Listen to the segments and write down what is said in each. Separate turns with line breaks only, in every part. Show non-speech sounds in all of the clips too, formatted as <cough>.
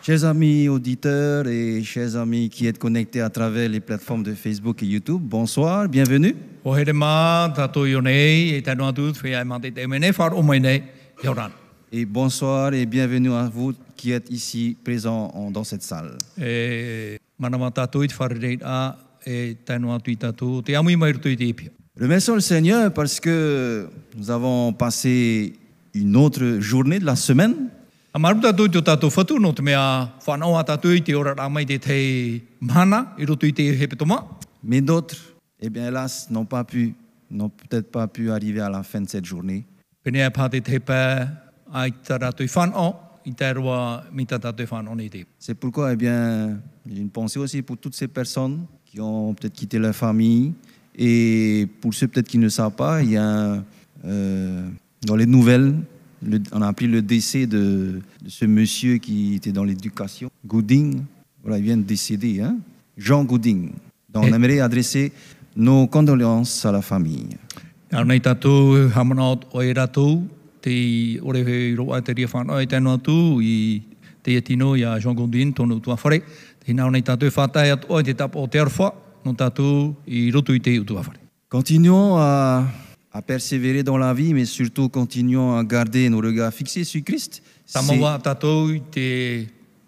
Chers amis auditeurs et chers amis qui êtes connectés à travers les plateformes de Facebook et YouTube, bonsoir, bienvenue.
Ohedema tatu yone e tanu atu fe ai mante te mene far o mene yoran.
Et bonsoir et bienvenue à vous qui êtes ici présents en- dans cette salle.
E manama tatu it far reit a e tanu atu i tatu te amui mai rutu i te ipia.
Remercions le Seigneur parce que nous avons passé une autre journée de la semaine
A maru tatu i te tatu fatu no te mea whanau a tatu i te ora ramai te te mana i rutu i te hepetoma.
Mais d'autres, eh bien, hélas, n'ont pas pu, n'ont peut-être pas pu arriver à la fin de cette journée.
Pene e pā te te pā a i tā ratu i whanau i tā roa mi tā tatu i whanau ni te.
C'est pourquoi, eh bien, j'ai une pensée aussi pour toutes ces personnes qui ont peut-être quitté leur famille. Et pour ceux peut-être qui ne savent pas, il y a un, euh, dans les nouvelles, le- on a appris le décès de, de ce monsieur qui était dans l'éducation, Gooding. Voilà, il vient de décéder, hein? Jean Gooding. Donc, on
Eh.
aimerait adresser nos condoléances à la famille.
Nā nei tātou hamana o e rātou, te orewe roa te ria whanau e tēnā tū i te etino i a Jean Gondin, tōnu utua whare. Te nā nei tātou whātai atu o te tapo o te arwha, no tātou i roto i te utua whare.
Continuons à, à persévérer dans la vie, mais surtout continuons à garder nos regards fixés sur Christ. C'est-
Tamawa tātou i te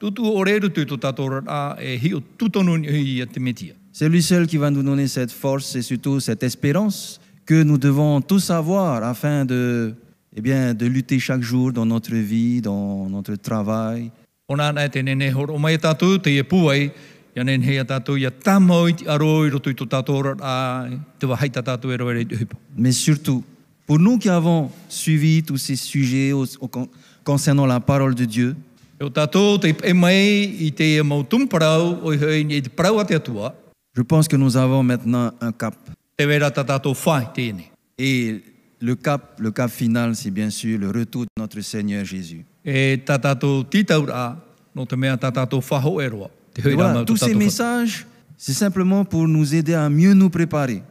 tutu o re rutu i tō tātou rā e hi o tutonu i a te metia.
C'est lui seul qui va nous donner cette force et surtout cette espérance que nous devons tous avoir afin de, eh bien, de lutter chaque jour dans notre vie, dans notre travail.
O nā nai te nene horo mai e tātou, te e puai, ia nene hea tātou, ia tamau i te aro i roto i tō tātou rā, te wahai tā tātou e roere i te hupa.
Mais surtout, pour nous qui avons suivi tous ces sujets au- au- con- concernant la parole de Dieu,
E o tātou te e mai i te e mautum parau o i hei ni te parau a te atua,
je pense que nous avons maintenant un cap.
te wera tā tātou whai tēne.
Et le cap, le cap final, c'est bien sûr le retour de notre Seigneur Jésus.
E tā tātou tītau rā, no te mea tā tātou whaho e roa. Te
Et
hei rā
voilà,
mau tō
tous ces
tātou whai.
messages, c'est simplement pour nous aider à mieux nous préparer.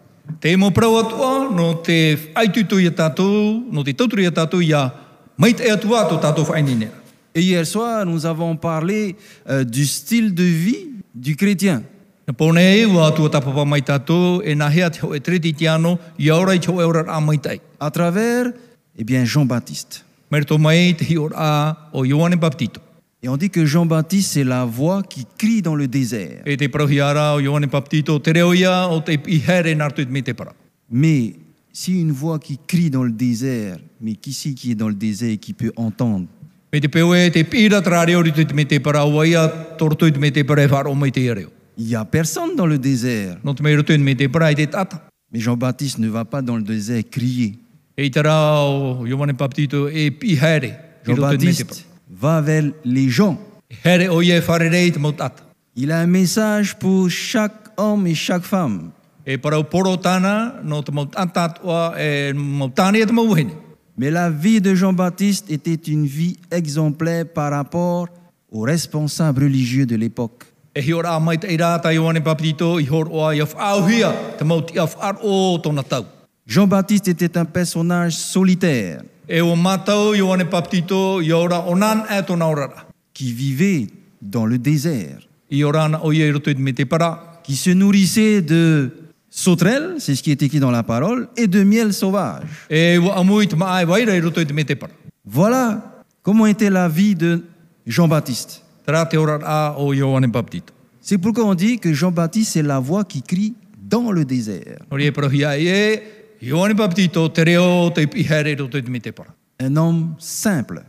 Te e mau parau atua, no te aitutu i a tātou, no te tauturi i a tātou i a mai te e atua tō tātou whai nene.
Et hier soir, nous avons parlé euh, du style de vie du chrétien.
Na pōne e ua atua tāpapa mai tātou, e nā hea te ho e treti tiano, i aura i te ho e ora rā mai tai.
à travers eh bien Jean-Baptiste.
Merto mai te hi ora o Ioane Baptito.
Et on dit que Jean-Baptiste c'est la voix qui crie dans le désert.
E te parohiara o Ioane Baptito, te reo ia o te ihere nartu me te para.
Mais si une voix qui crie dans le désert, mais qui c'est qui est dans le désert et qui peut entendre
Me te peo e te pira tra reo ritu me te para, o ia tortu i me te para e wharo mai te reo.
Il n'y a personne dans le désert.
No te mei rutu me te para e te tata.
Mais Jean-Baptiste ne va pas dans le désert crier.
E i tara o Ioane Baptito e pihere i rutu me te para.
Jean-Baptiste va vers les gens.
Here o ia e whare rei te mau tata.
Il a un message pour chaque homme et chaque femme.
E parau poro tāna, no te mau tatatua e mau tāne e te mau uhene.
Mais la vie de Jean-Baptiste était une vie exemplaire par rapport aux responsables religieux de l'époque.
E hi ora a mai te irata Ioane Baptito i hor oa ia whaauhia te mau tia wharo tōna tau.
Jean-Baptiste était un personnage solitaire
E o mātau Ioane Baptito i ora onan e tōna orara.
qui vivait dans le désert,
I orana o ia i roto i te me te para.
qui se nourrissait de sauterelles, c'est ce qui est écrit dans la parole, et de miel sauvage.
E wa amui te maa e waira i roto i te me te para.
Voilà comment était la vie de Jean-Baptiste.
Tara te orara o Ioane Baptito.
C'est pourquoi on dit que Jean-Baptiste c'est la voix qui crie dans le désert.
Nori e parohia i e, Ioane Baptito te reo o te pihere i roto i te me te para.
Un homme simple,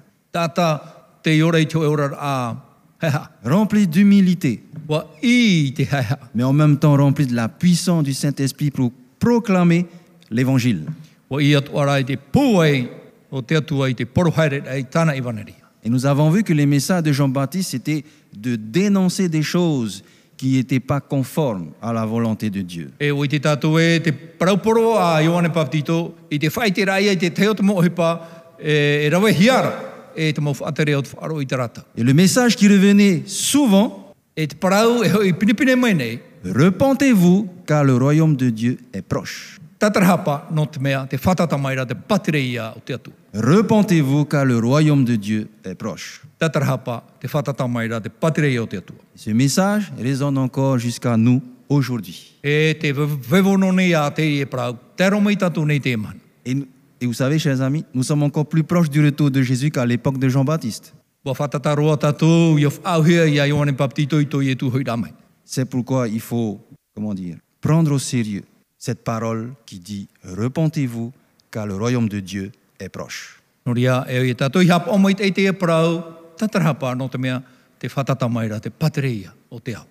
Tata te ora i te orara a heha.
rempli d'humilité,
Wa i te heha.
mais en même temps rempli de la puissance du Saint-Esprit pour proclamer l'évangile.
Wa i atu ara i te pūai o te atua i te porohaere ai tāna i wanaria.
Et nous avons vu que les messages de Jean-Baptiste étaient de dénoncer des choses qui n'étaient pas conformes à la volonté de Dieu.
E o i te tātou e te parauporo a Ioane Baptito, i te whaite raia, i te teo te mohipa, e, e rawe hiara, e te mo whaatere o te whaaro i te rata.
Et le message qui revenait souvent,
E te parau e hoi pinipine mai nei,
repentez-vous car le royaume de Dieu est proche.
tatarapa no te mea, te whatata te patereia o te atu.
Repentez-vous car le royaume de Dieu est proche.
Tatarapa, te whatata maira, te patereia o te atua.
Ce message résonne encore jusqu'à nous aujourd'hui.
E te vevono nei a te e prau, te roma i tatu nei te mana.
Et, nous- et vous savez, chers amis, nous sommes encore plus proches du retour de Jésus qu'à l'époque de Jean-Baptiste.
Wa whatata roa tatu, i of auhea i a Ioane Baptito i toi e tu hoi ramai.
C'est pourquoi il faut, comment dire, prendre au sérieux cette parole qui dit Repentez-vous, car le royaume de Dieu est proche.
Noria e oi e tatu, i hap omoi te i te e prau, tatarapa no te mea, te whatata maira, te patereia o te au.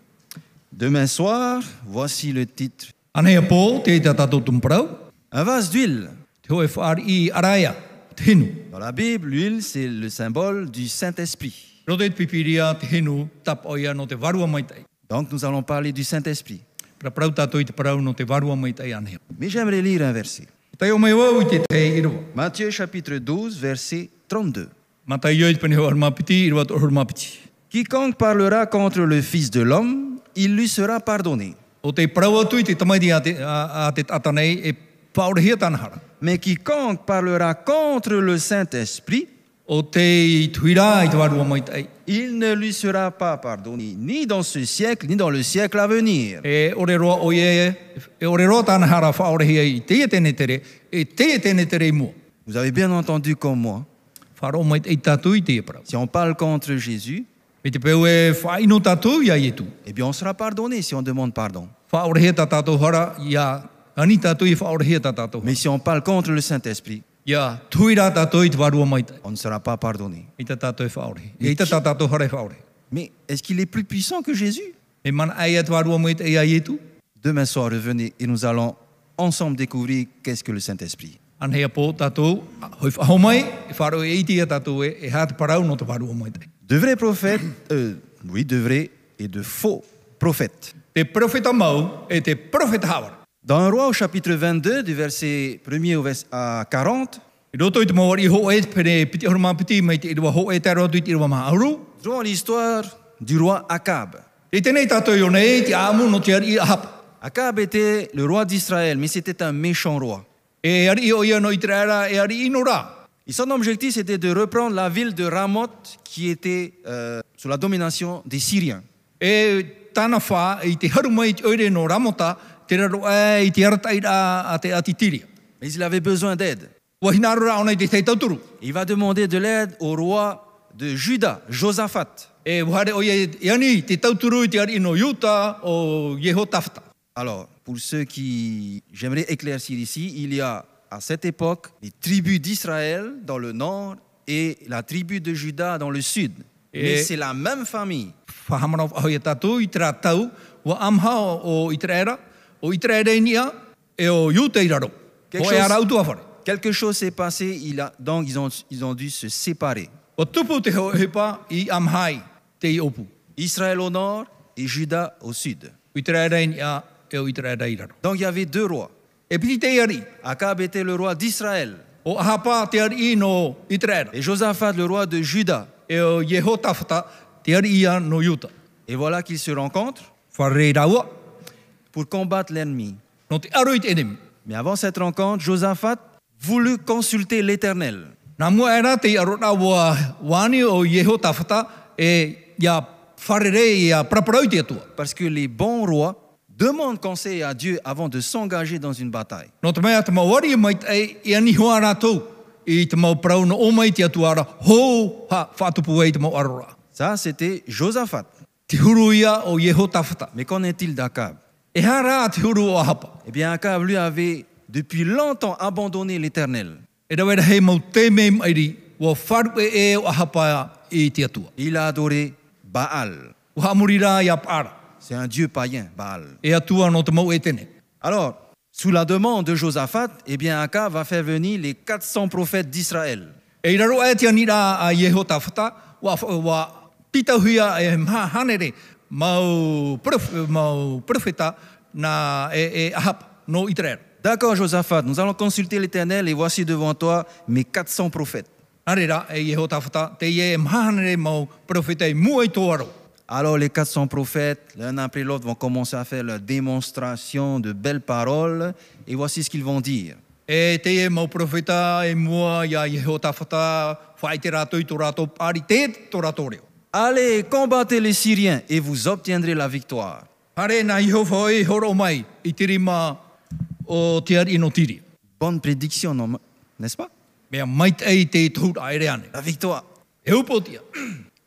Demain soir, voici le titre
Anei a pō, te i te tatu tumprau,
Un vase d'huile.
te hoi whaari i araia, te hinu.
Dans la Bible, l'huile, c'est le symbole du Saint-Esprit.
Roto i te pipiria, te hinu, tap oia no te varua mai tai.
Donc, nous allons parler du Saint-Esprit.
Pra prau tātou i te parau no te varua mai tai anea.
Mais j'aimerais lire un verset.
Tai o mai wau i te te irua.
Matthieu chapitre 12, verset 32.
Mā tai ioi te pene hoa mapiti, irua tō hoa mapiti.
Quiconque parlera contre le Fils de l'homme, il lui sera pardonné.
O te parau atu i te tamaiti a te, a, a te atanei e paorehia tanahara.
Mais quiconque parlera contre le Saint-Esprit,
O te tuira i te varua mai tai.
il ne lui sera pas pardonné, ni dans ce siècle, ni dans le siècle à venir.
E ore roa o e, e ore roa tanahara whaorehia i te e tene tere, e te e tene tere i mua.
Vous avez bien entendu comme moi,
Wharo mai tai tātou i te e parau.
si on parle contre Jésus,
Me te peu e whaino tātou i a i tu.
eh bien on sera pardonné si on demande pardon.
whaorehia tā tātou hara, ia ani tātou i whaorehia tā tātou hara.
Mais si on parle contre le Saint-Esprit,
Ia tui rā tātou i te varua mai tai.
on ne sera pas pardonné.
I tā tātou e whaorehi. I tā tā tātou hara e whaorehi.
Mais est-ce qu'il est plus puissant que Jésus
E mana ai e te varua mai tai ai e tu.
Demain soir, revenez et nous allons ensemble découvrir qu'est-ce que le Saint-Esprit.
Anhea pō tātou, a- hoi whao mai, e wharo e iti e tātou e, e hā te parau no te varua mai tai.
De vrais prophètes, euh, oui, de vrais et de faux prophètes.
Te profeta mau e te profeta hawara.
Dans un roi au chapitre 22, du verset 1er au vers à 40,
I roto i te mawari i ho e te pere piti horo mā piti mai te irua ho e te roto i te irua mā auru.
nous trouvons l'histoire du roi Akab.
I tenei tātou i o nei, te āmu no te ari i a hapa.
Akab était le roi d'Israël, mais c'était un méchant roi.
E ari i o ia no i te ara, e ari i no rā.
Et son objectif, c'était de reprendre la ville de Ramoth qui était euh, sous la domination des Syriens.
E tāna whā, i te haru mai te oire no ramota, te raro ai, i te arataira a te atitiria.
Mais il avait besoin d'aide.
Wa hinaro rā onai te tei tauturu.
Il va demander de l'aide au roi de Juda, Josaphat.
E wahare o ia e ani, te tauturu i te ari no Iuta o Yeho Tafta.
Alors, pour ceux qui... J'aimerais éclaircir ici, il y a à cette époque les tribus d'Israël dans le nord et la tribu de Juda dans le sud.
Et-
Mais c'est la même famille.
Whahamana o ahoia tātou i te rā tau, wa amha o, o i te rāera, o i te rāera i nia, e o Iuta i raro.
Quelque
o e
chose-
ara utu awhare.
Quelque chose s'est passé, il a- donc ils ont, ils ont dû se séparer.
O tupu te ho hepa i amhai te i opu.
Israël au nord et Juda au sud.
I te rāera i nia, e o i te rāera i raro.
Donc il y avait deux rois.
E piti te ari,
Akab était le roi d'Israël
O ahapa te ari i no Israel.
et Josaphat le roi de Juda.
E o Yehotafta te ari ia no Yuta.
Et voilà qu'ils se rencontrent
Whare raua,
pour combattre l'ennemi.
no te aro i te enemi.
Mais avant cette rencontre, Josaphat voulut consulter l'Éternel.
Nā mua era te aro nā wā wāni o Yehotafta e ia whare re i a praparau i te atua.
Parce que les bons rois demandent conseil à Dieu avant de s'engager dans une bataille.
No te mea te mawari e mai te e ani hoa rātou i te mau parau no o mai te atua ara hou ha whātupu e te mau arora.
Ça, c'était Josaphat.
Te huru ia o Yehotafta.
Mais qu'en est-il d'Akab
E hā rā te huru o ahapa.
Eh bien, Akab, lui, avait depuis longtemps abandonné l'Éternel.
E rawera hei mau te mei mairi, wa wharpe e o ahapa i te atua.
Il a adoré Baal.
O hamuri rā i a pāra,
C'est un dieu païen, Baal.
e atua no te mau e tene.
Alors, sous la demande de Josaphat, eh bien, Akab va faire venir les 400 prophètes d'Israël.
E raro e te ani rā a Yeho tawhata, wa, wa pita huia e mha hanere mau, prof, mau profeta na e, e ahapa no Israel.
D'accord, Josaphat, nous allons consulter l'Éternel et voici devant toi mes 400 prophètes.
Nare rā e Yeho tawhata, te ie e mha hanere mau profeta i mua i tō aro.
Alors les 400 prophètes, l'un après l'autre, vont commencer à faire leur démonstration de belles paroles. Et voici ce qu'ils vont dire.
E te e mau profeta e mua ia i ho tawhata whai te rātou i tō rātou pāri te tō rātou reo.
Allez, combattez les Syriens et vous obtiendrez la victoire.
Hare nā i hova e horo mai i tiri mā o te ari ino tiri.
Bonne prédiction, non n'est-ce pas
Mea mai te ei te tūra aere ane.
La victoire.
E upotia.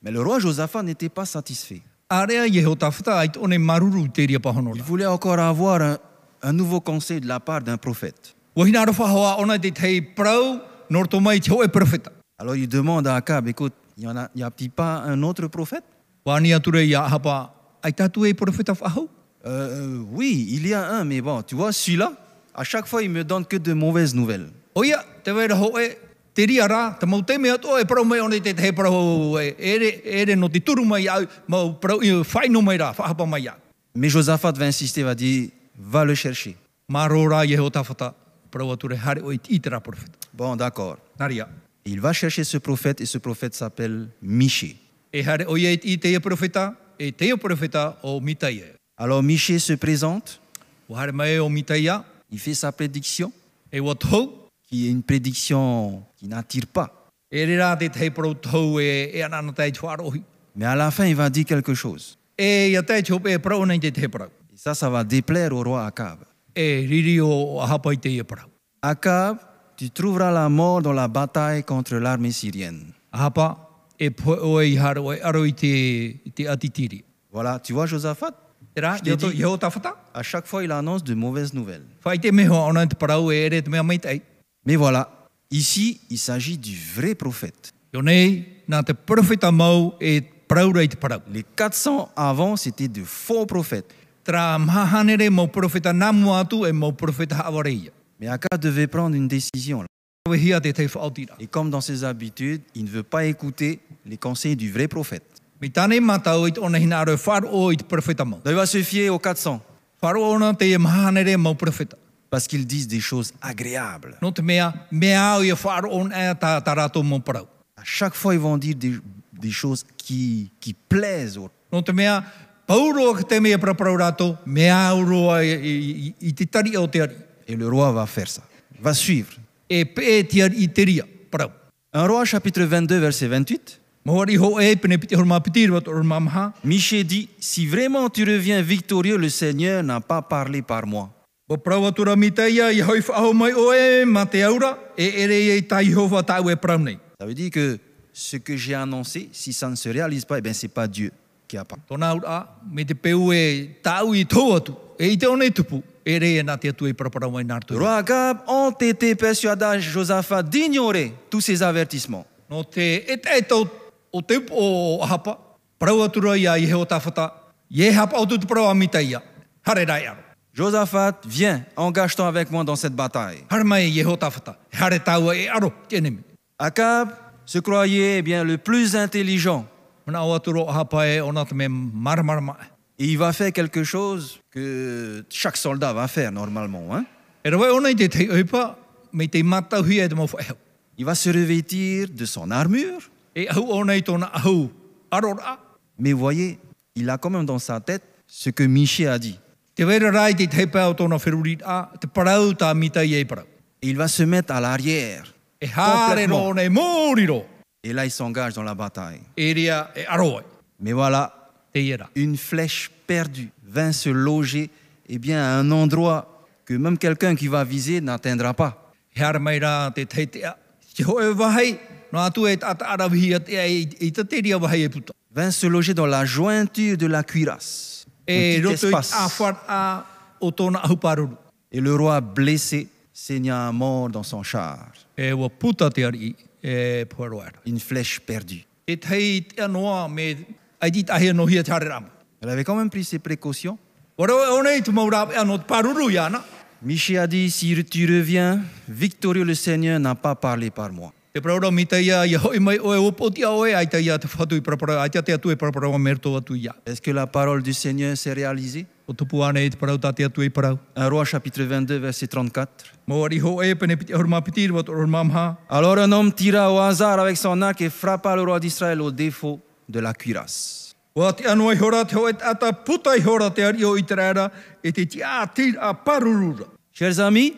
Mais le roi Josaphat n'était pas satisfait.
<clears throat> Area i ho tawhata ai tōne maruru i te ria
Il
pahonora.
voulait encore avoir un, un nouveau conseil de la part d'un prophète.
Wahina rofa hoa ona te tei prau nor tō mai te ho e profeta.
Alors il demande à Akab, écoute, il y en a, il y a t pas un autre prophète
Wāni ature i a hapa ai tātu e profeta whahau.
Euh, euh, Oui, il y a un, mais bon, tu vois, celui-là, à chaque fois, il me donne que de mauvaises nouvelles.
Oia, te wera ho e, te ria rā, te mau te mea tō e parau mai ona i te te parau e, ere, ere no te turu mai au, mau parau i whaino mai rā, whahapa mai a.
Mais Josaphat va insister, va dire, va le chercher.
Mā rō rā i he o tawhata, parau ature hare o i i te rā profeta.
Bon, d'accord.
Nari a.
Il va chercher ce prophète et ce prophète s'appelle Michée.
E hare o i e i te e profeta, e te o profeta o mitai e.
Alors Michée se présente,
O hare mai e o mitai a,
il fait sa prédiction,
e wa tau,
qui est une prédiction qui n'attire pas.
e re rā te te parau tau e, e anana tai tuarohi.
Mais à la fin, il va dire quelque chose.
E ia tai tuarohi e parau nei te te parau.
Et ça, ça va déplaire au roi Akab.
E riri o ahapa i te e parau.
Akab, tu trouveras la mort dans la bataille contre l'armée syrienne.
Hapa, e poe oe i haro e aro i te, i te atitiri.
Voilà, tu vois Josaphat
Tera,
Je t'ai
i to
dit.
i hau tawhata,
À chaque fois, il annonce de mauvaises nouvelles.
whai te meho ana te parau e ere te mea maitai.
Mais voilà, ici, il s'agit du vrai prophète.
Yo nei, nā te profeta mau e paraura i te parau.
Les 400 avant, c'était de faux prophètes.
Tera mahanere mau profeta namu atu e mau profeta hawareia.
Mais Akab devait prendre une décision. là.
Awe hia te te whaotira.
Et comme dans ses habitudes, il ne veut pas écouter les conseils du vrai prophète.
Mi tane matau i te ona hina aro e wharo o i te profeta mau.
Donc, il va se fier aux 400
Wharo ona te e mahanere mau profeta.
parce qu'ils disent des choses agréables.
No te mea, mea au i a wharo ona e tā tā rātou mau parau.
À chaque fois, ils vont dire des, des choses qui, qui plaisent. aux-
No te mea, pauroa ka te mea praparau rātou, mea auroa i, i, i- i te tari o te ari.
Et le roi va faire ça, va suivre.
E pe e te ari i te ria, parau.
Un roi, chapitre 22, verset 28.
Mawari ho e, pene piti horma piti, rwa tō horma maha.
Michée dit, si vraiment tu reviens victorieux, le Seigneur n'a pas parlé par moi.
Wa parau atura mitaia, i hoi whaau mai o e, ma te aura, e ere e tai hova tau e parau nei.
Ça veut dire que ce que j'ai annoncé, si ça ne se réalise pas, eh bien, c'est pas Dieu qui a parlé.
Tōna ura, me te peu e tau i tō atu, e i te one tupu, e ere e nā te atu e praparau mai
Le
nā rātou.
roi Agab ont été persuadés à Josaphat d'ignorer tous ces avertissements.
No te e te tau o te upo o hapa, parau atura ia i he o tawhata, i he hapa o tutu parau amita ia, hare rai aro.
Josaphat, viens, engage-toi avec moi dans cette bataille.
Hare mai i he o tawhata, hare taua e aro, tienemi.
Akab se croyait eh bien le plus intelligent
Mana o atura o hapa e ona te me maramara mai.
et il va faire quelque chose que chaque soldat va faire normalement. hein.
E rawai ona i te te oipa, me te matau hia e te mawha ehau.
Il va se revêtir de son armure
E au ona i tōna ahau, aro ra.
Mais voyez, il a quand même dans sa tête ce que Michée a dit.
Te wera rai te te pēo tōna wheruri a, te parau tā amita i e parau.
Et il va se mettre à l'arrière.
E hare
Complètement.
ro ona e mōriro,
Et là, il s'engage dans la bataille.
e rea e aro ai,
Mais voilà,
te iera.
une flèche perdue vint se loger eh bien, à un endroit que même quelqu'un qui va viser n'atteindra pas.
He ara mai rā te teitea. Te hoe wahai, no atu e tata arawhi a te ai i te teria wahai e puta.
Vint se loger dans la jointure de la cuirasse. Un
E
petit
roto i
espace.
a whar a o tōna ahuparuru.
Et le roi blessé saigna à mort dans son char.
E wa puta te ari e puero ara.
Une flèche perdue.
E tei te anoa me ai dit ahe no hia tare rama.
Elle avait quand même pris ses précautions.
Waro e onei tu maura e ano te paruru i ana.
Michée a dit, si tu reviens, victorieux le Seigneur n'a pas parlé par moi.
Te praura mi te ia i hoi mai oe opotia oe ai te ia te whatu i prapara, ai te te atu e prapara wa merto atu ia.
Est-ce que la parole du Seigneur s'est réalisée
O tupu ane i te parau tā te atu i parau.
1 roi chapitre 22, verset 34.
Mawari ho e pene piti horma piti rwa tō horma maha.
Alors un homme tira au hasard avec son arc et frappa le roi d'Israël au défaut de la cuirasse.
Wā te anō ai hora te hoi ata putai hora te ario i te rāra e te ti a te a parurura.
Chers amis,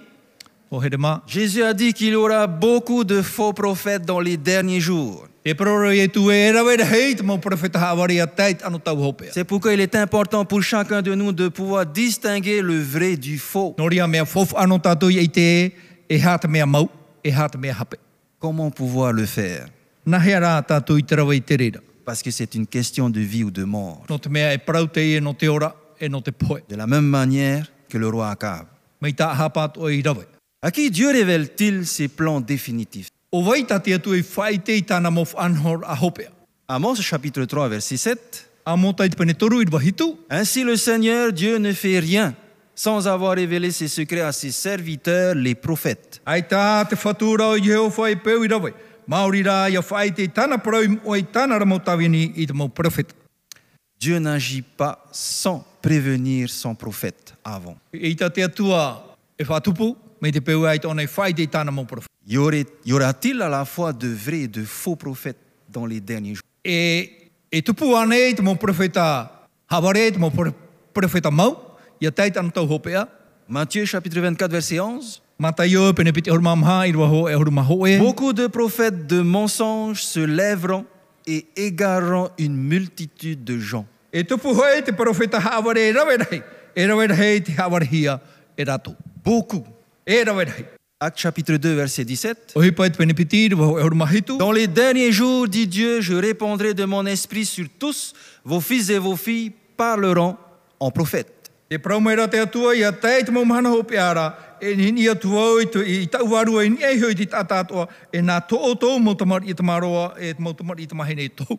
O here mā,
Jésus a dit qu'il y aura beaucoup de faux prophètes dans les derniers jours.
te proro e tu e rawera hei te mō profeta hawari a teit anō tau hopea.
C'est pourquoi il est important pour chacun de nous de pouvoir distinguer le vrai du faux.
Nō ria mea fofu anō tātou i te e, e hāta mea mau, e hāta mea hape.
Comment pouvoir le faire
Nā hea rā tātou i te rawa i te reira.
Parce que c'est une question de vie ou de mort.
Nō te mea e parau te i e nō te ora e nō te poe.
De la même manière que le roi Akab.
Mei tā hāpāt o i rawe.
À qui Dieu révèle-t-il ses plans définitifs
O vai tā te atu e whai te i tāna mō whanhor a hopea.
Amos chapitre 3 verset 7.
A mō tai te pene toru i wahitu,
Ainsi le Seigneur Dieu ne fait rien sans avoir révélé ses secrets à ses serviteurs, les prophètes.
Ai tā te whatūra o Yehova e peu i rawe. Māori rā ia whai te tāna parau o i tāna ramotawini i te mō profeta.
Dieu n'agit pas sans prévenir son prophète avant.
I tā te atua e whātupu, me te peu ai tōna e whai te tāna mō profeta.
Y aurait- y aura-t-il à la fois de vrais et de faux prophètes dans les derniers jours
E, e tupu ane i te mō profeta haware, i te mō pro- profeta mau, ia teit anu tau hopea.
Matthieu chapitre 24 verset 11.
Matayo pene piti horu mamha i rua ho e horu maho e.
Beaucoup de prophètes de mensonges se lèveront et égareront une multitude de gens.
E tupu hoi te profeta haware e rawe rei. E rawe rei te hawarehia e rato.
Beaucoup.
E rawe rei.
Acte chapitre 2 verset 17.
O hipa e te pene piti i rua ho e horu mahitu.
Dans les derniers jours, dit Dieu, je répandrai de mon esprit sur tous, vos fils et vos filles parleront en prophète.
Te praumera te atua ia teit mo mana ho peara e nini atua o i, tu- i tau aru e ni e hoi te tatatoa e nā tō o tō mo tamar i tamaroa e mo tamar i tamahine i tō.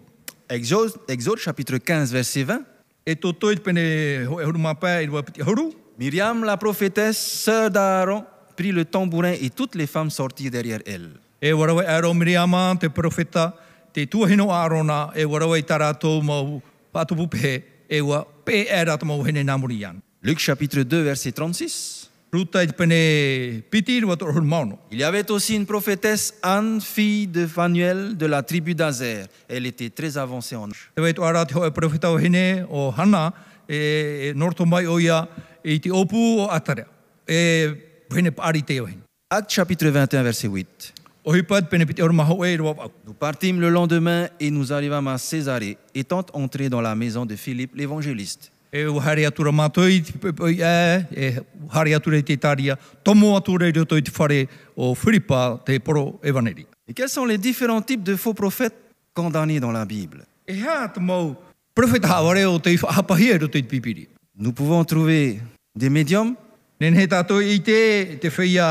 Exode, Exode chapitre 15 verset 20.
E tō toi te pene ho e huru mapea i rua piti huru.
Myriam, la prophétesse, sœur d'Aaron, prit le tambourin et toutes les femmes sortirent derrière elle.
E warawai aro miriama te profeta te tuahino arona e warawai tarato mo patupu pe e wa pe e rata mo hene namuri ian.
Luc chapitre 2 verset 36.
Ruta i te pene piti i rua tō huru maono.
Il y avait aussi une prophétesse Anne, fille de Phanuel de la tribu d'Azer. Elle était très avancée en âge.
Te wei tuara te hoi profeta o hine o hana e, e norto mai o ia i te opu o atarea. E hine paari te o hine.
Acte chapitre 21 verset 8.
O hipat pene piti ora maho e roa au.
Nous partîmes le lendemain et nous arrivâmes à Césarée, étant entrés dans la maison de Philippe l'évangéliste.
E uhare atura mātoi, te pepoi e, e uhare atura i te taria, tomo atura i roto i te whare o whiripa te poro evaneri.
Et quels sont les différents types de faux prophètes condamnés dans la Bible
E hea te mau, profeta haware o te hapahia i roto i te pipiri.
Nous pouvons trouver des médiums,
Nen he tātou i te, te whia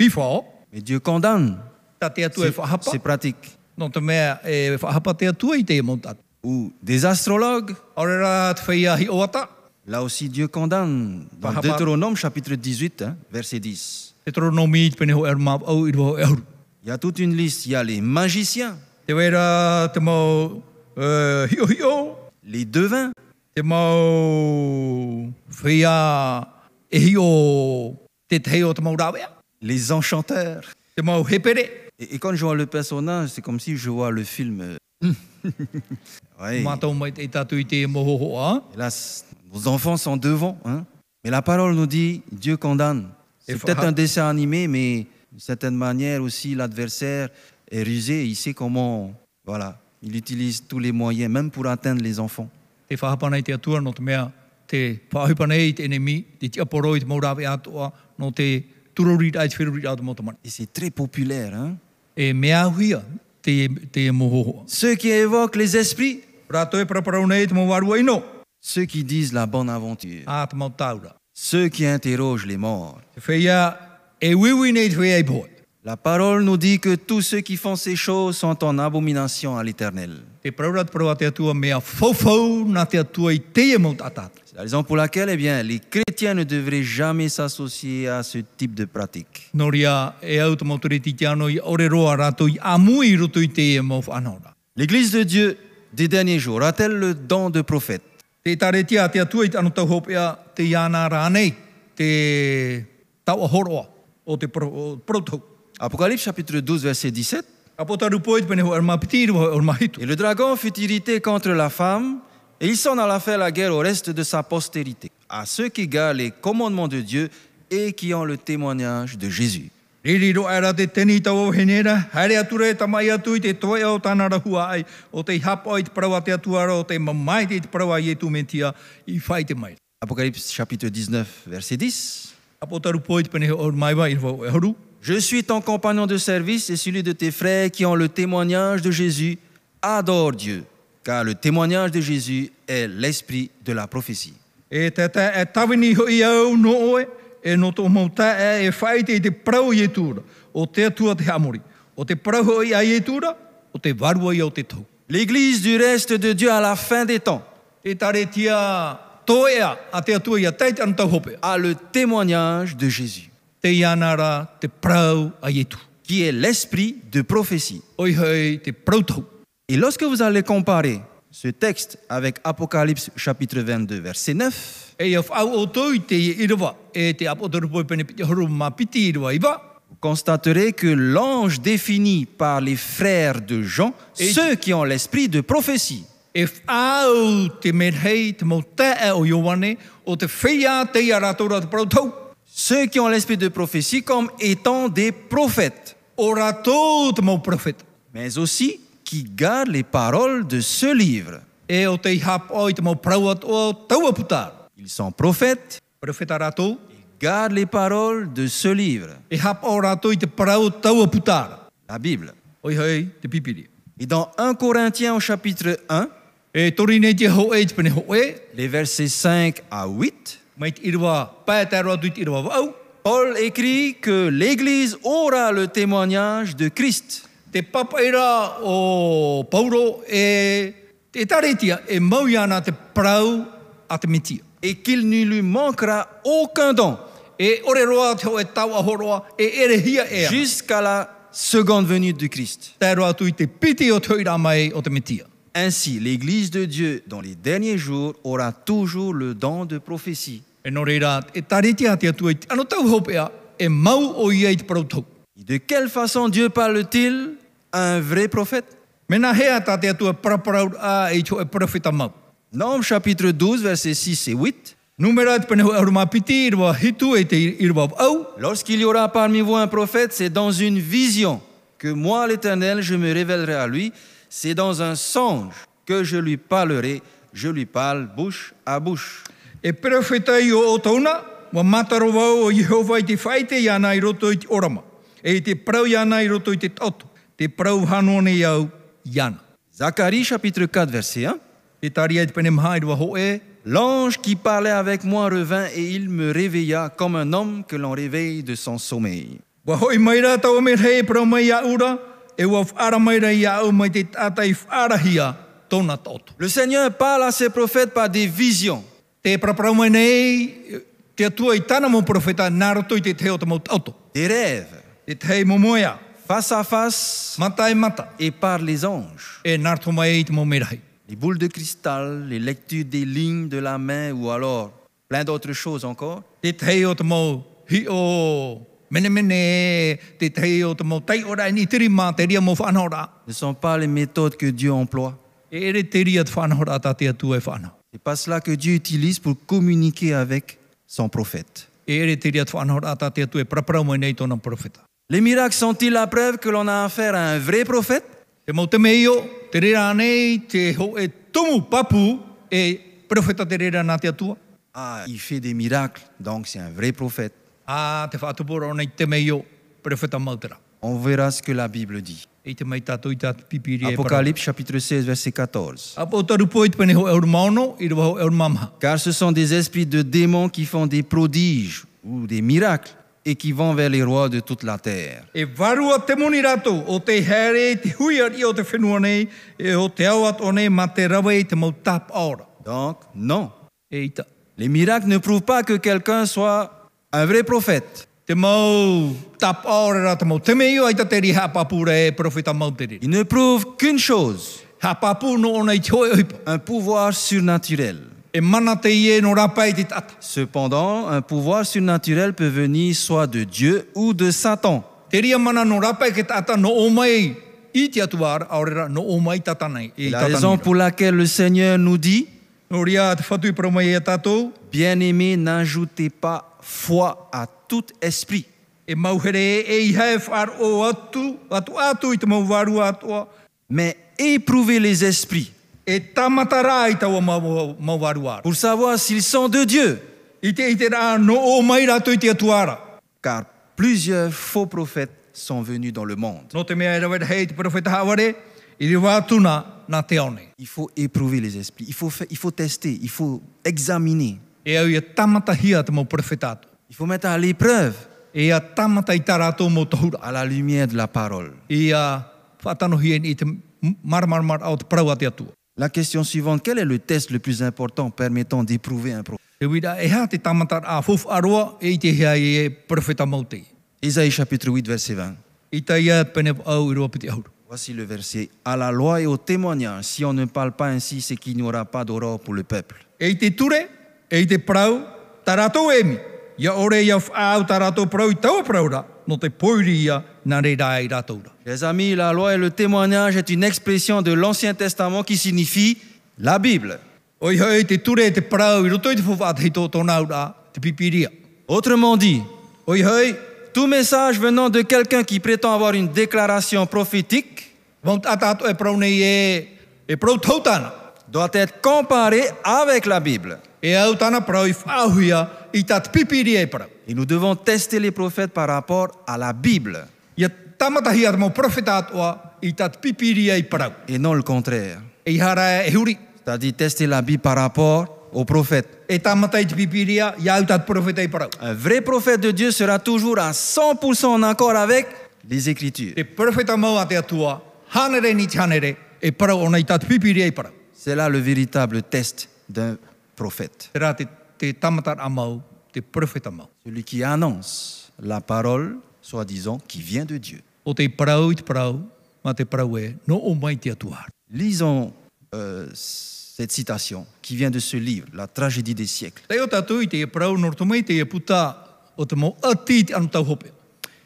pifao,
mais Dieu condamne
ta te atu e
ces,
whahapa,
ces pratiques.
no te mea e whahapa te atua i te montat.
Ou des astrologues,
Aurera te whaia hi oata,
là aussi Dieu condamne. Dans
Pahapa.
Deutéronome chapitre 18, hein, verset 10.
te toro no mi te pene ho eru māp au i roho e auru.
Il y a toute une liste. Il y a les magiciens,
Te wera te mau uh, hio hio,
les devins,
te mau whaia e hio te teo te mau rawea,
les enchanteurs.
te mau hepere,
Et, et quand je vois le personnage, c'est comme si je vois le film. euh. <laughs> Ouais.
mātou mai te tatu i te moho hoa,
Hélas, nos enfants sont devant. hein. Mais la parole nous dit Dieu condamne.
Et
C'est
faut-
peut-être un dessin animé, mais d'une certaine manière aussi, l'adversaire est rusé. Il sait comment. Voilà. Il utilise tous les moyens, même pour atteindre les enfants.
te whahapana i te atua no te mea te whahupana i te enemi, te tia poro i te mau rawea atoa, no te turori ai te whirori ai te mau tamana.
Et c'est très populaire. hein.
E mea huia te, te moho hoa.
Ceux qui évoquent les esprits,
Rātou e paraparau nei te mawarua ino.
ceux qui disent la bonne aventure,
Ā te mau taura.
ceux qui interrogent les morts.
Te whia e wiwi nei te whia i poe.
La parole nous dit que tous ceux qui font ces choses sont en abomination à l'éternel.
Te paraura te paraua te atua mea fofou na te atua i te e mau tatata.
C'est la raison pour laquelle eh bien, les chrétiens ne devraient jamais s'associer à ce type de pratique.
Nō ria e au te mautore ti te ano i ore roa rātou i amu i roto i te e mau whanora.
L'Église de Dieu des derniers jours a-t-elle le don de prophète
Te tare tia te atua i te anu tau hopea te iana rā nei. Te tau ahoroa o te pro- o protou.
Apocalypse chapitre 12, verset 17.
e Apo taru poe te pene hoa erma pitiru hoa erma hitu.
Et le dragon fut irrité contre la femme Et il s'en alla faire la guerre au reste de sa postérité, à ceux qui gardent les commandements de Dieu et qui ont le témoignage de Jésus.
Riri roa era te teni tau au henera, haere atura e tamai atu i te toe au tāna rahua ai, o te hapa i te parawa te atuara, o te mamai te i te parawa i e tūmentia, i whai te mai.
Apocalypse chapitere 19, verset 10.
Apo taru poi te penehe o mai wai i rwa e horu,
Je suis ton compagnon de service et celui de tes frères qui ont le témoignage de Jésus. Adore Dieu, car le témoignage de Jésus est l'esprit de la prophétie.
E te te e tawini hoi au no oe, e no tō mauta e e whaite i te prau i e tūra, o te atua te amori, o te prau hoi a i e tūra, o te varua i au te tau.
L'Église du reste de Dieu à la fin des temps
E tare tia toea a te atua i a teit anu tau hopea.
a le témoignage de Jésus,
Te ianara te prau a i e tū.
qui est l'esprit de prophétie.
Oi hei te prau tau.
Et lorsque vous allez comparer ce texte avec Apocalypse chapitre 22, verset 9,
E ia whau o tau i te i irawa, e te apotorupoi pene piti horu ma piti irawa iwa.
vous constaterez que l'ange défini par les frères de Jean,
Et-
ceux qui ont l'esprit de prophétie,
E whau te merhei te mautea o Ioane, o te whia te i a rātora te prau tau.
ceux qui ont l'esprit de prophétie comme étant des prophètes,
o ratou te mau profeta.
mais aussi qui gardent les paroles de ce livre.
E o te hap oi te mau prauat o taua putar.
Ils sont prophètes,
Profeta ratou,
ils gardent les paroles de ce livre,
e hap o ratou i te prau taua putar.
la Bible.
Oi hei, te pipiri.
Et dans 1 Corinthiens au chapitre 1,
E tori nei te ho e te pene ho e,
les versets 5 à 8,
mai te irwa, pae te aroa tui te irwa wau,
Paul écrit que l'Église aura le témoignage de Christ.
te papaira o pauro e te taretia e mau iana te prau a te mitia.
et qu'il ne lui manquera aucun don
E ore roa te ho e tau ahoroa, e erehia e ana.
jusqu'à la seconde venue du Christ.
Te aroa tui te piti o te oira mai o te mitia.
Ainsi, l'Église de Dieu, dans les derniers jours, aura toujours le don de prophétie.
E no reira, e tariti a te atua, i te ano tau hopea, e mau o ia i te parautou.
Et de quelle façon Dieu parle-t-il à un vrai prophète
Mena hea tā te atua paraparau a e cho e profeta mau.
Nombre chapitre 12, versets 6 et 8.
Numera te penehu aruma piti, irwa hitu e te irwa au,
Lorsqu'il y aura parmi vous un prophète, c'est dans une vision que moi, l'Éternel, je me révélerai à lui. C'est dans un songe que je lui parlerai. Je lui parle bouche à bouche.
e profeta i o otauna, wa mataro wau o Jehova i te whaite i ana i roto i te orama, e i te parau i ana i roto i te toto, te parau hanone i au i ana.
Zacharie chapitre 4, verset 1.
E taria i te pene maha irwa ho e,
L'ange qui parlait avec moi revint et il me réveilla comme un homme que l'on réveille de son sommeil.
Wa hoi mai rā tau me rei pro mai a ura, e wa whara mai rei a au mai te tātai wharahia tōna tōtu.
Le Seigneur parle à ses prophètes par des visions.
Te praprau mai nei, te atua i tāna mō profeta nā roto i te teo te mau tauto.
des rêves,
Te tei mō moea,
face à face
mata e mata,
et par les anges.
e nā roto mai i te mō merahei.
Les boules de cristal, les lectures des lignes de la main ou alors plein d'autres choses encore.
Te tei o te mō hi o mene mene, te tei o te mō tai ora e ni tiri mā, te ria mō whanora.
ne sont pas les méthodes que Dieu emploie.
E ere te ria te whanora tā te atua e whanau.
Ce n'est pas cela que Dieu utilise pour communiquer avec son prophète.
E ere te ria te whanora tā te atua e praprau mai nei tōna profeta.
Les miracles sont-ils la preuve que l'on a affaire à un vrai prophète
Te mau te meio, te rera nei, te ho e tumu papu, e profeta te rera nā te atua.
Ah, il fait des miracles, donc c'est un vrai prophète.
A te whaatupura o nei te meio, profeta mautera.
On verra ce que la Bible dit.
E te mai tātou i tātou pipiri e
Apocalypse chapitre 16, verset 14.
para. Apo taru poit pene ho eur maono, i rua ho eur mamaha.
Car ce sont des esprits de démons qui font des prodiges ou des miracles et qui vont vers les rois de toute la terre.
E varua te moni rātou, o te here, te huiar i o te whenua nei, e o te awat o nei, ma te rawe i te mau tāp aora.
Donc, non.
E ita.
Les miracles ne prouvent pas que quelqu'un soit un vrai prophète.
Te mau tāp aora rā te mau te meio, aita te riha papura e profeta mautera.
Ils ne prouvent qu'une chose,
Ha papu no ona i te hoi oipa.
un pouvoir surnaturel.
E mana te ie no rapa i te tata.
Cependant, un pouvoir surnaturel peut venir soit de Dieu ou de Satan.
Te ria mana no rapa i ke tata no o mai i te atuara, aurera no o mai tata nei. E
Et la
tata
raison
mira.
pour laquelle le Seigneur nous dit
Noria te whatu i paroma i a tātou,
Bien-aimés, n'ajoutez pas foi à tout esprit,
e mauhere e i hei wharo atu, atu atu i te mauwaru atua,
mais éprouvez les esprits
e tamata rā i taua mau- mauwaru aru.
pour savoir s'ils sont de Dieu.
I te, i te rā no o mai rātou i te atuara.
Car plusieurs faux prophètes sont venus dans le monde.
No te mea e rawe te hei te profeta haware, i rewa tuna nā te aone.
Il faut éprouver les esprits, il faut, faire- il faut tester, il faut examiner,
E au ia tamata hia te mau profeta atu.
il faut mettre à l'épreuve
E ia tamata i tā rātou mō tahura.
à la lumière de la parole.
I a whatanohi e ni i te maramarmar au te parau ate atua.
La question suivante, quel est le test le plus important permettant d'éprouver un prophète
Te wira e hā te tamata a fofu aroa e i te hea i e profeta mautei.
Ésaïe chapitre 8, verset 20.
I tai ia te pene au i roa piti auru.
Voici le verset. À la loi et au témoignage, si on ne parle pas ainsi, c'est qu'il n'y aura pas d'aurore pour le peuple.
E i te ture, e i te parau, tā rātou emi. e Ia ore ia whaau tā rātou parau i taua paraura, no te poiri ia nā re rā i rātou ra.
Les amis, la loi et le témoignage est une expression de l'Ancien Testament qui signifie la Bible.
Oi hoi te ture e te parau i roto i te fuwhat hei tō tōna ura te pipiria.
Autrement dit,
Oi hoi,
tout message venant de quelqu'un qui prétend avoir une déclaration prophétique
want atato e parau nei e, e parau tautana.
doit être comparé avec la Bible.
E au tāna parau i whāhuia i tā te pipiria e parau.
Et nous devons tester les prophètes par rapport à la Bible
Ia tamatahi ar mō profeta atua i tā te pipiria i parau.
et non le contraire.
E i hara e huri,
C'est-à-dire tester la Bible par rapport aux prophètes.
e tamatai te pipiria i au tā te profeta i parau.
Un vrai prophète de Dieu sera toujours à 100% en accord avec les Écritures.
Te profeta E mau a te atua, hanere ni hanere, e parau ona i tātu pipiri ei parau.
C'est là le véritable test d'un prophète.
Te rā te, te tamatar a mau, te profeta mau.
Celui qui annonce la parole, soi-disant, qui vient de Dieu.
O te parau i te parau, ma te parau e, no o mai te atua.
Lisons euh, cette citation qui vient de ce livre, La tragédie des siècles.
Te o tātou i te e parau nortomai te e puta o te mau ati te anu tau hope.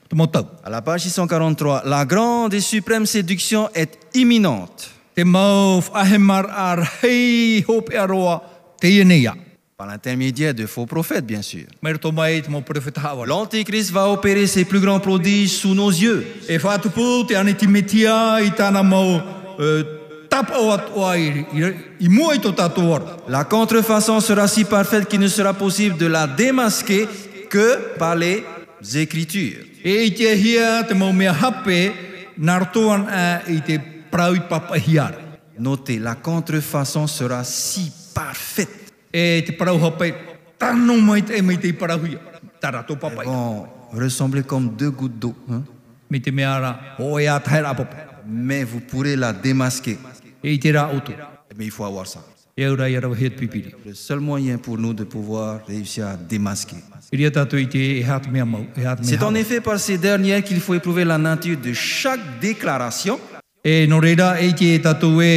Te mau tau.
À la page 643, la grande et suprême séduction est imminente
Te mau whahemar ar hei hope aroa te e neia.
par l'intermédiaire de faux prophètes, bien sûr.
Mai roto mai te mau profeta hawala.
L'Antéchrist va opérer ses plus grands prodiges sous nos yeux.
E whātupu te ane timetia i tāna mau uh, tap o atua i, i, i mua i tō tātou ora.
La contrefaçon sera si parfaite qu'il ne sera possible de la démasquer que par les Écritures.
E i te hia te mau mea hape, nartoan a i te prau i papa hiara.
Notez, la contrefaçon sera si parfaite.
E te prau hape, tano mai te e mai te prau hia. Tarato papa hiara.
Bon, ressemblez comme deux gouttes d'eau, hein.
Me te mea ara, o e a taera papa.
mais vous pourrez la démasquer.
E i te rā oto.
Mais il faut avoir ça.
E ura i arawa heat pipiri.
Le seul moyen pour nous de pouvoir réussir à démasquer.
I ria tātou i te e hāt mea mau, e hāt mea
C'est en
hawa.
effet par ces dernières qu'il faut éprouver la nature de chaque déclaration
E no reira, e i te e tātou e,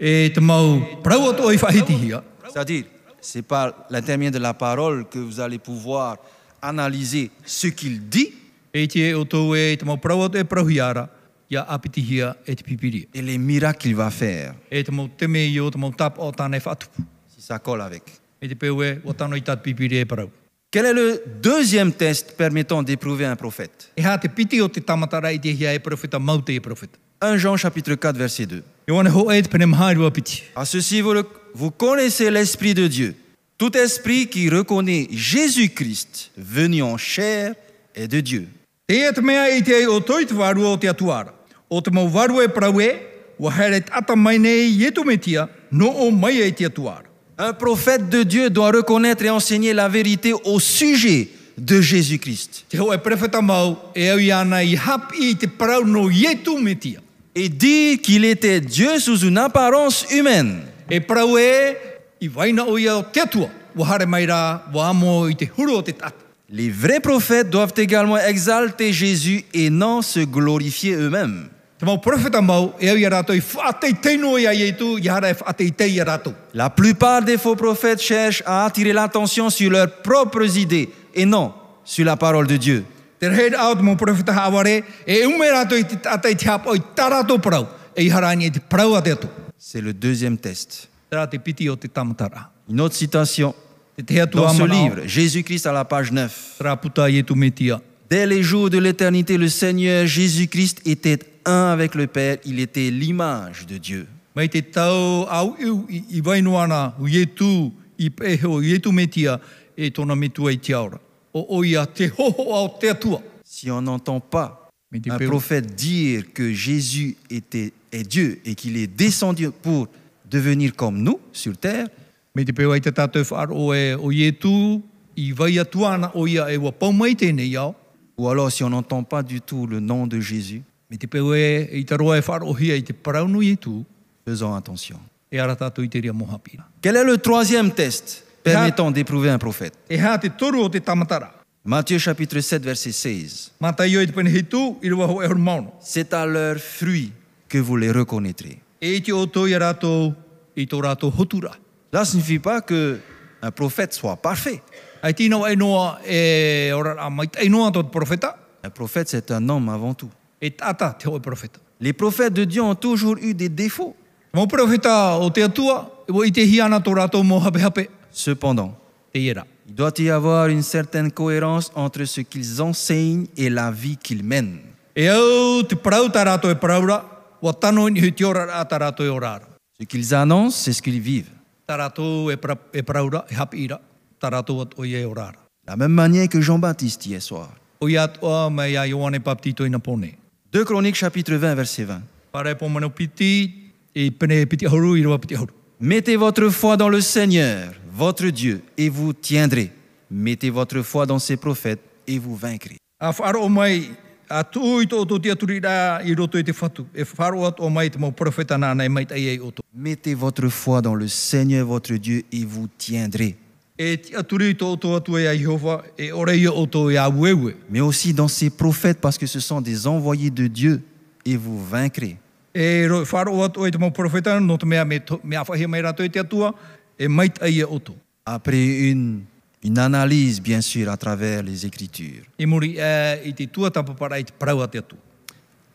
e te mau prau atua i whahiti hia.
C'est-à-dire, c'est par l'intermédiaire de la parole que vous allez pouvoir analyser ce qu'il dit
E te e oto e te mau prau atua e prau hiara. Ia apiti hia e te pipiri.
et les miracles qu'il va faire,
E te mau teme i o te mau tap o tāne whātupu.
si ça colle avec.
E te pewe, o tano i tātu pipiri e parau.
Quel est le deuxième test permettant d'éprouver un prophète
E hā te piti o te tamatara i te hia e profeta, mau te e profeta.
1 Jean chapitre 4 verset 2.
Ioane ho e te pene maha i rua piti.
À ceci, vous, le- vous connaissez l'Esprit de Dieu. Tout esprit qui reconnaît Jésus-Christ venu en chair est de Dieu.
Te e te mea i te o toi te warua o te atuara. O te mau warua e parau e, wa here te ata mai nei i e tu metia, no o mai e te atuara.
Un prophète de Dieu doit reconnaître et enseigner la vérité au sujet de Jésus-Christ
Te ho e profeta mau, e au i ana i hap i te parau no i e tu metia.
et dire qu'il était Dieu sous une apparence humaine.
E parau e, i waina o ia o te atua, wa hare mai rā, wa amo i te huru o te tata.
Les vrais prophètes doivent également exalter Jésus et non se glorifier eux-mêmes.
Te mau profeta mau, e au ia rātou i whaatei teino ia i tu, i hara e whaatei te ia rātou.
La plupart des faux prophètes cherchent à attirer l'attention sur leurs propres idées et non sur la parole de Dieu.
Te rehead out mo profeta haware, e ume rātou i te atai te hapa o i tā rātou parau, e i hara ani e te parau a te atu.
C'est le deuxième test.
Te tera te piti o te tamatara.
Une autre citation
Te tea tu
dans ce
amana
livre, Jésus-Christ à la page 9.
tera puta i e tu metia.
Dès les jours de l'éternité, le Seigneur Jésus-Christ était un avec le Père, il était l'image de Dieu.
Mai te tau au iu i, i wainuana, u e tu i peho, i e tu metia, e tona metua i te aura. O oia te hoho ao te atua.
Si on n'entend pas
Mais des
un
pérou-
prophète dire que Jésus était, est Dieu et qu'il est descendu pour devenir comme nous sur terre,
Me te pewa i te tātou whaar o e o i e tu, i vai atuana o ia e wa paumai tēnei au.
ou alors si on n'entend pas du tout le nom de Jésus,
Me te pewa e i te roa e whaar o hia i te paraunu i e tu,
faisons attention.
e ara tātou i te rea mohapira.
Quel est le troisième test permettant d'éprouver un prophète
E hā te toru o te tamatara.
Matthieu chapitre 7, verset 16.
Mā tai oi te pene hei tū, i rua ho e horu maono.
C'est à leurs fruits que vous les reconnaîtrez.
E iti o tō i a rātou, i tō rātou hotura.
Cela ne signifie pas que un prophète soit parfait.
Ai tīna wai noa e ora a mai tai noa tō te profeta,
Un prophète, c'est un homme avant tout.
e tata te hoi profeta.
Les prophètes de Dieu ont toujours eu des défauts.
Mō profeta o te atua, e wo i te hiana tō rātou mō hape hape,
Cependant,
te iera.
il doit y avoir une certaine cohérence entre ce qu'ils enseignent et la vie qu'ils mènent.
E au te parau tā rātou e paraura, wa tano ni hui te ora a tā rātou e orara.
Ce qu'ils annoncent, c'est ce qu'ils vivent.
Tā rātou e, para, e paraura, e hape ira, tā rātou at o i e orara.
De la même manière que Jean-Baptiste hier soir.
O i atua mai a Ioane Paptito ina pone.
2 Chroniques chapitre 20, verset 20.
Pare e pomano piti, e pene e piti hauru, i roa piti hauru.
Mettez votre foi dans le Seigneur, votre Dieu, et vous tiendrez. Mettez votre foi dans ses prophètes, et vous vaincrez.
A wharo o mai, a tū i tō tō te aturi rā i roto i te whatu. E wharo at o mai te mō profeta nā nei mai tai e o tō.
Mettez votre foi dans le Seigneur, votre Dieu, et vous tiendrez.
E te aturi i tō tō atu e a Jehova, e ore i o tō e a wewe.
Mais aussi dans ses prophètes, parce que ce sont des envoyés de Dieu, et vous vaincrez.
E ro- wharo at o i te mō profeta, no te mea me, to, me awhahi mai rātou i te atua, e mai tai e o tō.
Après une, une analyse, bien sûr, à travers les Écritures.
E muri e i te tuatapapara i te paraua te atu.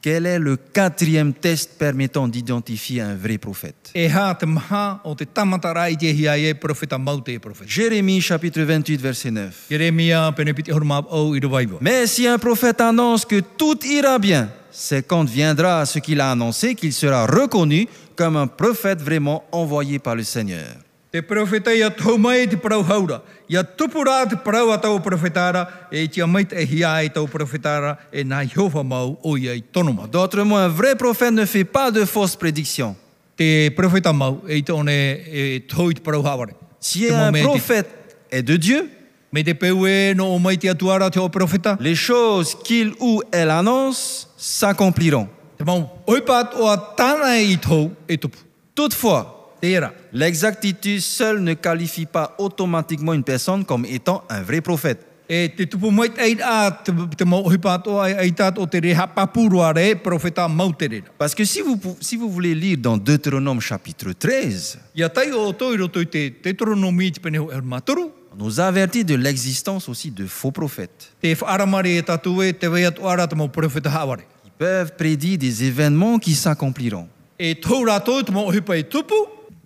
Quel est le quatrième test permettant d'identifier un vrai prophète
E hā te maha o te tamatara i te hia e profeta mau te e profeta.
Jérémie chapitre 28, verset 9.
Jeremia, penepiti horumab au i rawaiwa.
Mais si un prophète annonce que tout ira bien, c'est quand viendra ce qu'il a annoncé qu'il sera reconnu comme un prophète vraiment envoyé par le Seigneur.
Te profeta ia tau mai te parau haura. Ia tupu rā te parau a tau profetara, e tia mai te hia ai tau profetara, e nā Jehova mau o ia i tono
En
mau.
D'autres mots, un vrai prophète ne fait pas de fausses prédictions.
Te profeta mau, e i tone e tau i te parau haware.
Si
Te
un
mō mea te-
prophète est de Dieu,
Me te peu e no o mai te atuara te o profeta,
les choses qu'il ou elle annonce s'accompliront.
te mau oipat o a tāna i tau e tupu.
Toutefois,
Te era.
l'exactitude seule ne qualifie pas automatiquement une personne comme étant un vrai prophète.
E te tupu mai te a te, te mau oipat o ai ai tāt o te reha papurua re profeta mau te rera.
Parce que si vous, pou- si vous voulez lire dans Deutéronome chapitre 13,
Ia tai o tau i roto i te tetronomi i te peneho e maturu,
On nous avertit de l'existence aussi de faux prophètes.
Te whaaramare e tatu e te wei atu ara te mau profeta haware.
Ils peuvent prédire des événements qui s'accompliront,
E tau rātou te mau hipa e tupu,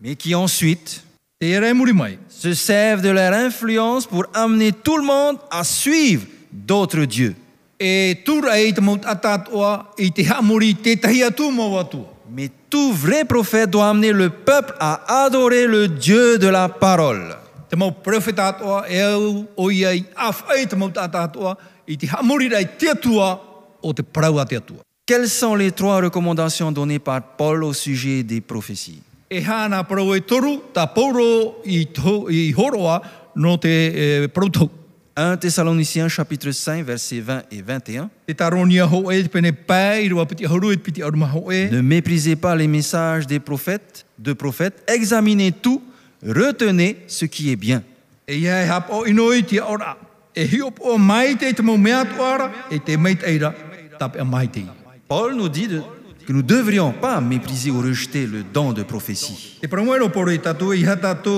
mais qui ensuite
te ere e muri mai.
se servent de leur influence pour amener tout le monde à suivre d'autres dieux.
E tūra e te mau atatoa i te hamuri te tahi atu mau atua.
Mais tout vrai prophète doit amener le peuple à adorer le Dieu de la parole.
Te mau profeta atoa e au o ia i awhai te mau atatoa i te hamuri rai te atua o te paraua te atua.
Quelles sont les trois recommandations données par Paul au sujet des prophéties
E hāna parau e toru, tā pauro i, to, i horoa no te e, parutau.
1 Thessaloniciens chapitre 5 versets 20 et 21.
Te taronia ho e te pene pai, i rua piti hauru e te piti aruma ho e.
Ne méprisez pas les messages des prophètes, de prophètes, examinez tout, retenez ce qui est bien.
E ia e hapa o ino i te ora. E hiop o mai te te mau mea tuara, e te mei te eira, tap e mai te.
Paul nous dit de- que nous ne devrions pas mépriser ou rejeter le don de prophétie.
Te pramoero poro i tatu i hata tō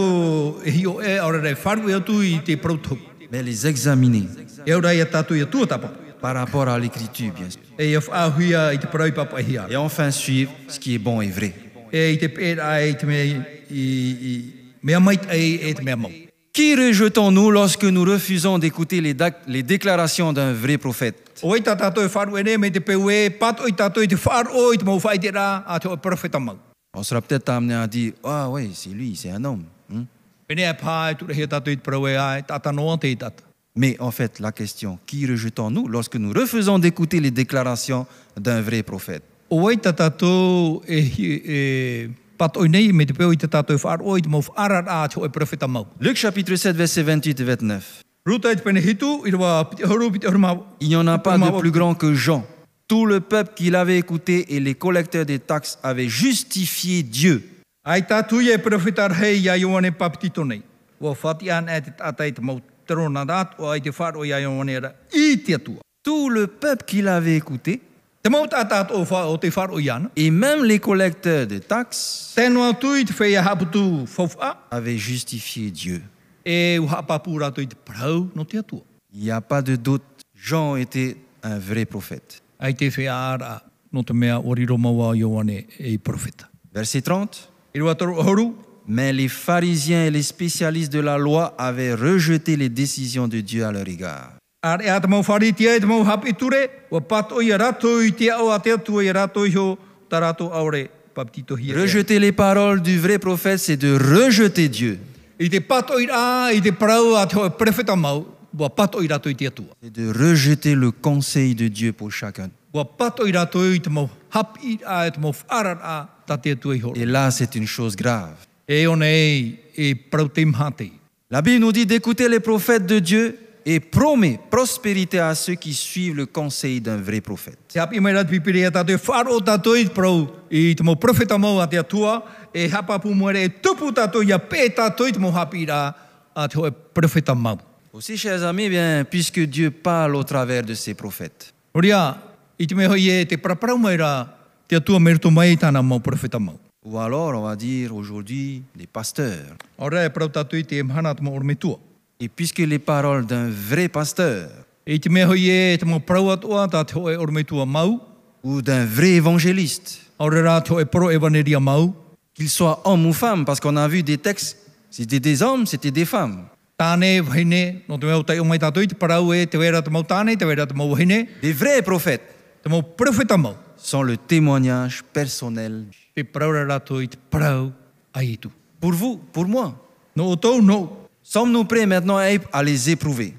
e hio e aura rei wharu e atu i te prautou.
Mais les examiner
E aura i a tatu i a tuatapa.
par rapport à l'écriture, bien sûr.
E ia whaahuia i te parau i papa e hiara.
Et enfin suivre ce qui est bon et vrai.
E i te pēra e te mei i mea mait ai e te mea mau.
Qui rejetons-nous lorsque nous refusons d'écouter les, dac- les déclarations d'un vrai prophète
O i tā tātou e whāru ene me te peu e, pato i tātou i te whāru o i te mau whaite rā a te o profeta mau.
On sera peut-être amené à dire Ah oui, c'est lui, c'est un homme. hein.
Pene e pā e tura hea tātou i te parau e ai, tātā noa te i tātou.
Mais en fait, la question, qui rejetons-nous lorsque nous refusons d'écouter les déclarations d'un vrai prophète
O i tā tātou e, hi- e pato i nei me te peu i te tātou e whāru o i te mau whāra rā a te o profeta mau.
Luc chapitre 7, versets 28 et 29.
Ruta i e te pene hitu, i rawa piti horu, piti horu mau.
Il n'y en a pas
Comment
de
vous-
plus grand que Jean. Tout le peuple qui l'avait écouté et les collecteurs des taxes avaient justifié Dieu.
Ai tātou e profetar hei ia Ioane papitito nei. Wa whati an e te tātai te mau terona dāt o ai te whāro ia Ioane ra i te atua.
Tout le peuple qui l'avait écouté
Te mau tātāt o, wha, o te whāro iana.
et même les collecteurs des taxes
Tēnua tui te whea haputu whawha
avaient justifié Dieu.
e uha papu rātou i te parau no te atua.
Il n'y a pas de doute, Jean était un vrai prophète.
Ai te whea ara no te mea oriro maua Ioane e profeta.
Verset 30.
I rua toro horu,
Mais les pharisiens et les spécialistes de la loi avaient rejeté les décisions de Dieu à leur égard.
Ar e ata mau wharitia e te mau hapi ture, wa pato i a rātou i te au a te atua i a rātou i ho, ta rātou aore papitito hia. e.
Rejeter les paroles du vrai prophète, c'est de rejeter Dieu,
I te pato i rā, i te parau a te hoa prefeta mau, wa pato i rātou i te atua.
c'est de rejeter le conseil de Dieu pour chacun.
Wa pato i rātou i te mau hap i rā, i te mau wharar a ta te atua i horo.
Et là, c'est une chose grave.
E ona e, e parau te mhate.
La Bible nous dit d'écouter les prophètes de Dieu et promet prospérité à ceux qui suivent le conseil d'un vrai prophète.
Te hapi mai rātu pipiri e tātou, wharo tātou i te parau, i te mau prefeta mau a te atua, e hapapu muere e tupu tātou i a pē tātou i te mau hapi i rā, a te hoa prefeta mau.
Aussi, chers amis, eh bien, puisque Dieu parle au travers de ses prophètes,
Roria, i te mea hoi e te paraparau mai rā, te atua merito mai i tāna mau prefeta mau.
ou alors, on va dire aujourd'hui, des pasteurs,
Ora e parau tātou i te mhana te mau ormetua.
et puisque les paroles d'un vrai pasteur
E te mea hoi e te mau parau atua, tā te hoi ormetua mau,
ou d'un vrai évangéliste,
aore rā te hoi poro evaneria mau,
qu'ils soient hommes ou femmes, parce qu'on a vu des textes, c'était des hommes, c'était des femmes,
tāne, vahine, no te mea utai umai tātou i te parau e, te wera te mau tāne, te wera te mau vahine,
des vrais prophètes,
te mau prefeta mau.
sans le témoignage personnel.
Te parau rā rātou i te parau ai tu.
Pour vous, pour moi,
No o tau no,
sommes-nous prêts maintenant à à les éprouver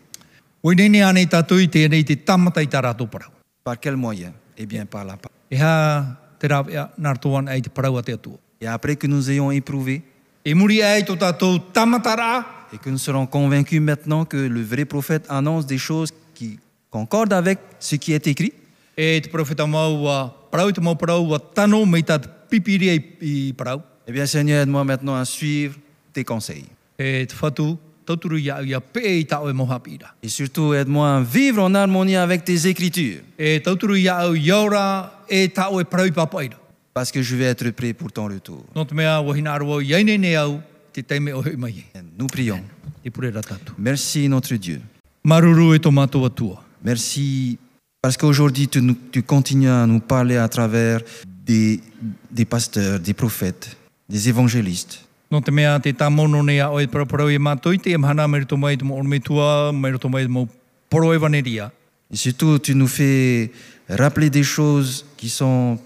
oi nene anei tātou i te anei te tamata i tā rātou parau.
Par quels moyens Eh bien, par la parole.
E hā te rāwe a nārtoan ai te parau a te atua.
Et après que nous ayons éprouvé
E muri ai tō tātou tamata rā,
et que nous serons convaincus maintenant que le vrai prophète annonce des choses qui concordent avec ce qui est écrit,
e te profeta mau a parau i te mau parau a tano mei tā te pipiri i, i parau.
eh bien Seigneur, aide-moi maintenant à suivre tes conseils.
E te whatu, tauturu ia ia pe i tāo e moha pira.
Et surtout, aide-moi à vivre en harmonie avec tes écritures,
E tauturu ia au iaura e tāo e parau i papaira.
parce que je vais être prêt pour ton retour.
Nō te mea wahina arua i aine ne au, te teime o hei mai e.
Nous prions.
Te pure rā tātou.
Merci notre Dieu.
Maruru e tō mātou atua.
Merci parce qu'aujourd'hui tu, nous- tu continues à nous parler à travers des, des pasteurs, des prophètes, des évangélistes.
Nō te mea te tāmono ne a oe paraparau i mātou i te emhana meri tō mai i tō mō ormetua, meri tō mai i tō mō poro e vaneria.
Et surtout tu nous fais rappeler des choses qui sont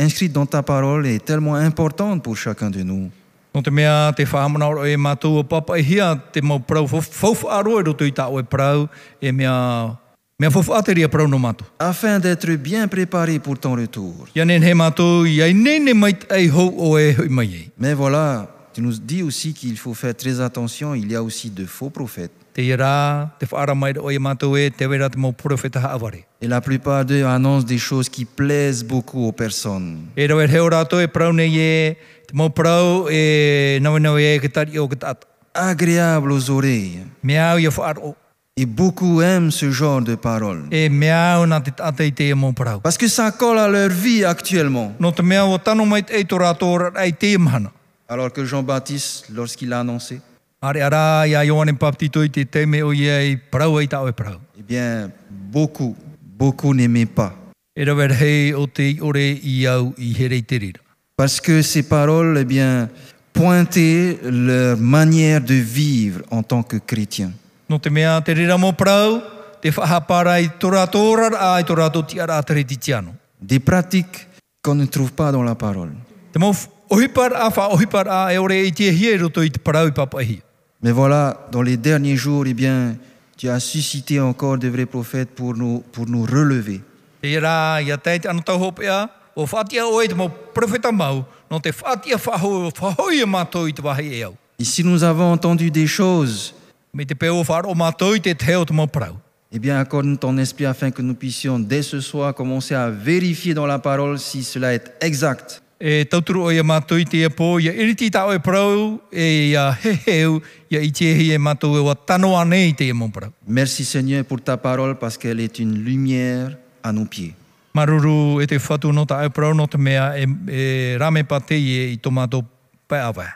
inscrites dans ta parole et tellement importantes pour chacun de nous.
No te mea te whahamana ora e mātou o papa e hia te mau prau faufa aro e roto i tā oe prau e mea, mea faufa ateria prau no mātou.
Afin d'être bien préparé pour ton retour.
Ia nen he mātou i ai nene mai ei hou o e hui mai ei.
Mais voilà, tu nous dis aussi qu'il faut faire très attention, il y a aussi de faux prophètes.
Te i rā, te whaara mai o e mātou e te wera te mau porofeta haaware.
Et la plupart d'eux annoncent des choses qui plaisent beaucoup aux personnes.
E rau e reo rātou e prau nei e te mau prau e nawe nawe e ke tari o ke tata.
agréable aux oreilles.
Mea au ia whaaro
Et beaucoup aiment ce genre de paroles.
e mea au nā te tata i te e mau prau.
Parce que ça colle à leur vie actuellement.
No te mea o tano mai e tō rātou ora ai te mahana.
Alors que Jean-Baptiste, lorsqu'il a annoncé,
Are ara ia Ioane Paptito i te teme o ia i parau ai tāo e parau.
eh bien, beaucoup, beaucoup n'aimaient pas.
E rawer hei o te ore i au i here i te rira.
Parce que ces paroles, eh bien, pointer leur manière de vivre en tant que chrétien.
No te mea te rira mō prau, te whahapara i tō rātou rara a i tō rātou tiara a tere titiano.
Des pratiques qu'on ne trouve pas dans la parole.
Te mō ohipar a wha ohipar a e ore i te hie roto i te parau i papahi.
Mais voilà, dans les derniers jours, eh bien, tu as suscité encore de vrais prophètes pour nous, pour nous relever.
Te rā ia tei te anotau hopea, o whātia oe te mō profeta mau, no te whātia whaho, whahoi e mātou i te wahi e au.
Et si nous avons entendu des choses,
Me te peo whāro mātou i te teo te mō parau.
eh bien, accorde ton esprit afin que nous puissions dès ce soir commencer à vérifier dans la parole si cela est exact.
E tauturu o ia mātou i te pō, ia iriti i tā oe parau, e ia heheu, ia i te hi e mātou e wa tano ane i te e mō parau.
Merci Seigneur pour ta parole parce qu'elle est une lumière à nos pieds.
Maruru e te whatu no ta aupurau no te mea e, e rame pa te i e i tō mātou pai awa.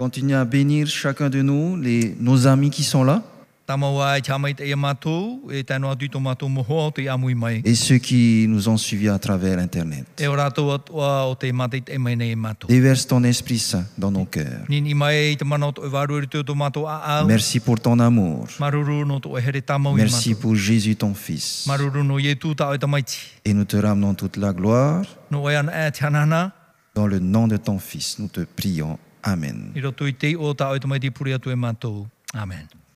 Continue à bénir chacun de nous, les, nos amis qui sont là
Tā maua e chama i te ia mātou, e tēnu atu i tō mātou moho o te amui mai.
et ceux qui nous ont suivis à travers Internet.
E o rātou atua o te mātou i te mai nei e mātou.
Déverse ton Esprit Saint dans nos cœurs.
Nini mai i te mana o tō e waru e rito tō mātou a au.
Merci pour ton amour.
Maruru no tō e here tā mau i
Merci
mātou.
pour Jésus ton Fils.
Maruru no i e tū tā o e tamaiti.
Et nous te ramenons toute la gloire.
No e ana e te hanana.
Dans le nom de ton Fils, nous te prions. Amen.
I roto i te o tā o e tamaiti puri atu e mātou. Amen.